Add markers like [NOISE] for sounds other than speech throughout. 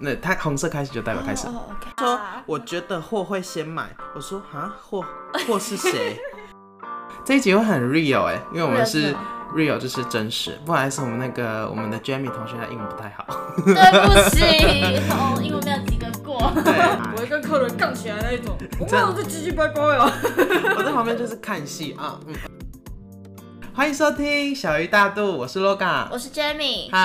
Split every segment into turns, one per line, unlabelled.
那它红色开始就代表开始。
哦，OK、
他说我觉得货会先买，我说啊货货是谁？ [LAUGHS] 这一集会很 real 哎、因为我们是 real 就是真实，不好意思，我们那个我们的 Jamie 同学他英文不太好。
[LAUGHS] 对
[LAUGHS]
不起，哦，英文没有及格过。
对，
我会跟客人杠起来那一
[LAUGHS]
种，我
这
没
样
有在唧唧拜拜哦。
我在旁边就是看戏啊，嗯。欢迎收听小鱼大肚，我是 LOGA，
我是 Jamie，
嗨，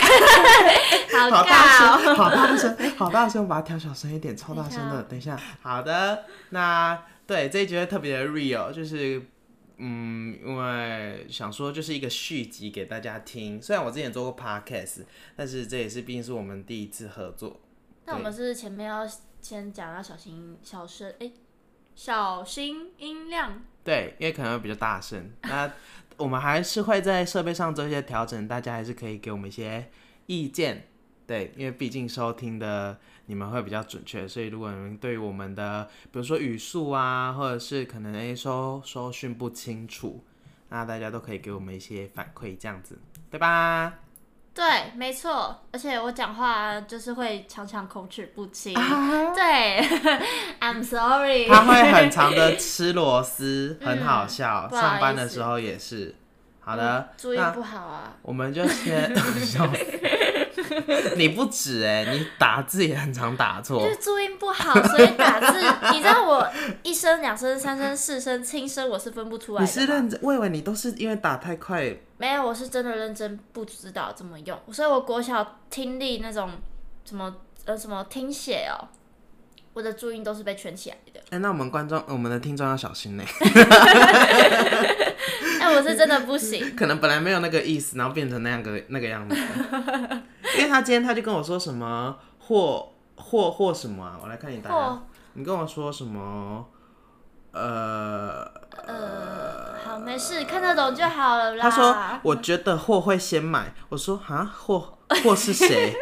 嗨，好
好
尬
大
哦。
声，好大声， [LAUGHS] 好大声，我把它调小声一点，超大声的。等
等
一下，好的，那对这一集会特别的 real，就是嗯，因为想说就是一个续集给大家听。虽然我之前做过 podcast，但是这也是毕竟是我们第一次合作。
那我们是前面要先讲要小心小声，哎、小心音量。
对，因为可能会比较大声。那我们还是会在设备上做一些调整，大家还是可以给我们一些意见。对，因为毕竟收听的你们会比较准确，所以如果你们对于我们的，比如说语速啊，或者是可能诶收收讯不清楚，那大家都可以给我们一些反馈，这样子，对吧？
对，没错，而且我讲话就是会常常口齿不清。对 [LAUGHS] ，I'm sorry。
啊他会很长的吃螺
[LAUGHS]
丝，很好笑。
嗯不好意思嗯
上班的时候也是。好的，
注意
那
不好啊。
我们就 [LAUGHS] 先笑死。你不止哎、你打字也很常打
就
错
是。注音不好，所以打字，你知道我一声、两声、三声、四声、轻声我是分不出来
你
的。
是认真？我以为你都是因为打太快。
没有，我是真的认真不知道怎么用，所以我国小听力那种什么呃什么听写哦，我的注音都是被圈起来的。
哎、那我们观众、我们的听众要小 [LAUGHS] 心呢、
哎，我是真的不
[LAUGHS]
行。
可能本来没有那个意思，然后变成那样个那个样子。因为他今天他就跟我说什么或或或什么啊，我来看你答案
或。
你跟我说什么？呃，
呃，好，没事，看得懂就好了啦。
他说：“我觉得货会先买。”我说：“啊，货货是
[LAUGHS]
谁？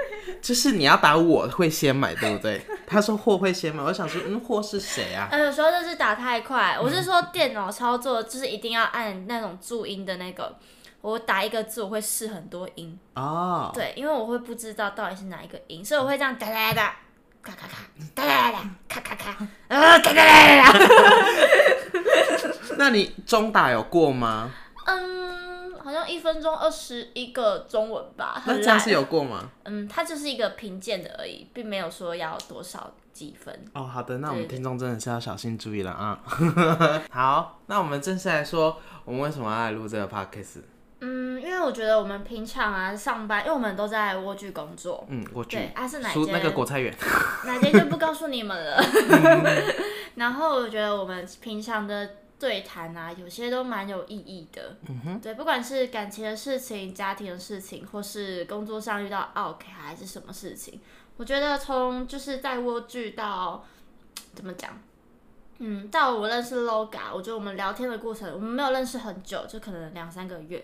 就是你要打我会先买，对不对？”他说：“货会先买。”我想说：“嗯，货是谁啊
呃，有时候就是打太快，我是说电脑操作就是一定要按那种注音的那个，我打一个字我会试很多音，？”
哦，
对，因为我会不知道到底是哪一个音，所以我会这样哒哒哒，咔咔咔，哒哒哒，咔咔咔，呃，咔咔哒哒。 [LAUGHS]
那你中打有过吗？
嗯，好像一分钟二十一个中文吧，
那
很
这
烂
样。是有过吗？
嗯，它就是一个评鉴的而已，并没有说要多少几分。
哦，好的，那我们
对对
听众真的是要小心注意了 [LAUGHS] 啊。好，那我们正式来说，我们为什么要来录这个 podcast？
嗯，因为我觉得我们平常啊上班，因为我们都在蜗居工作，
嗯，我去
对，啊是哪
蔬
间？
那个果菜
[LAUGHS]
园。
哪间就不告诉你们了。 [LAUGHS] 然后我觉得我们平常的对谈啊，有些都蛮有意义的。嗯哼，对，不管是感情的事情、家庭的事情，或是工作上遇到 OK 还是什么事情，我觉得从就是在蜗居到怎么讲？嗯，到我认识 LOGA，我觉得我们聊天的过程，我们没有认识很久，就可能两三个月。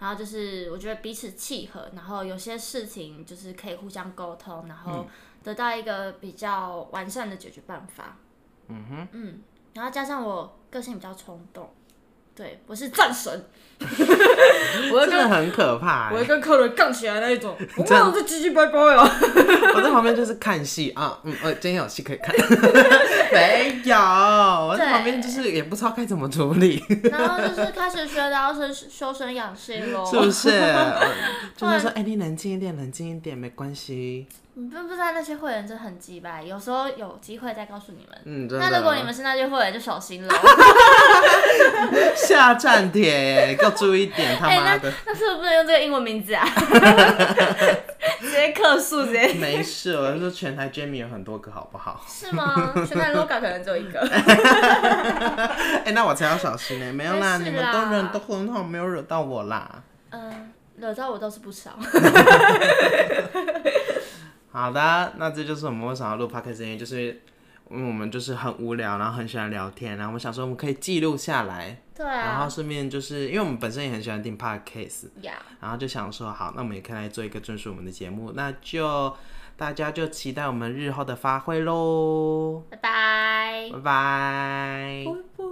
然后就是我觉得彼此契合，然后有些事情就是可以互相沟通，然后得到一个比较完善的解决办法。
嗯哼，
嗯，然后加上我个性比较冲动，对我是战神，
我会
真的
跟
很可
[LAUGHS]
怕、
我会
欸。
跟客人杠起来那一
[LAUGHS]
种，我没
这样
有在唧唧拜拜哦。
我在旁边就是看戏啊，嗯，呃，今天有戏可以
[LAUGHS]
看，没有，我在旁边就是也不知道该怎么处理，是
然后就是开始学到是修身养性喽。
不
[LAUGHS]
是？呃就是说，哎、你冷静一点，冷静一点，没关系。
你并不知道那些会员真的很鸡掰，有时候有机会再告诉你们。
嗯，真的。
那如果你们是那些会员，就小心
[LAUGHS]
喽。
[LAUGHS] 下站铁耶，给我注意一点，他
哎、
妈的
那，那是不是不能用这个英文名字
[LAUGHS]
啊？ [LAUGHS] 直接客诉直接。
没事，我是说全台 Jamie 有很多个，好不好？ [LAUGHS]
是吗？现在 LOGA 可能只有一个。
哎、那我才要小心呢、没有啦，
没
你
事
们
啦
都人都很好，没有惹到我啦。
嗯，惹到我倒是不少。 [LAUGHS]
好的，那这就是我们为什么要录 podcast 的原因，就是因为我们就是很无聊，然后很喜欢聊天，然后我们想说我们可以记录下来，
对
然后
啊，
顺便就是因为我们本身也很喜欢听 podcast，
呀
然后就想说好，那我们也可以来做一个专属我们的节目，那就大家就期待我们日后的发挥喽，
拜拜。
拜拜。
拜拜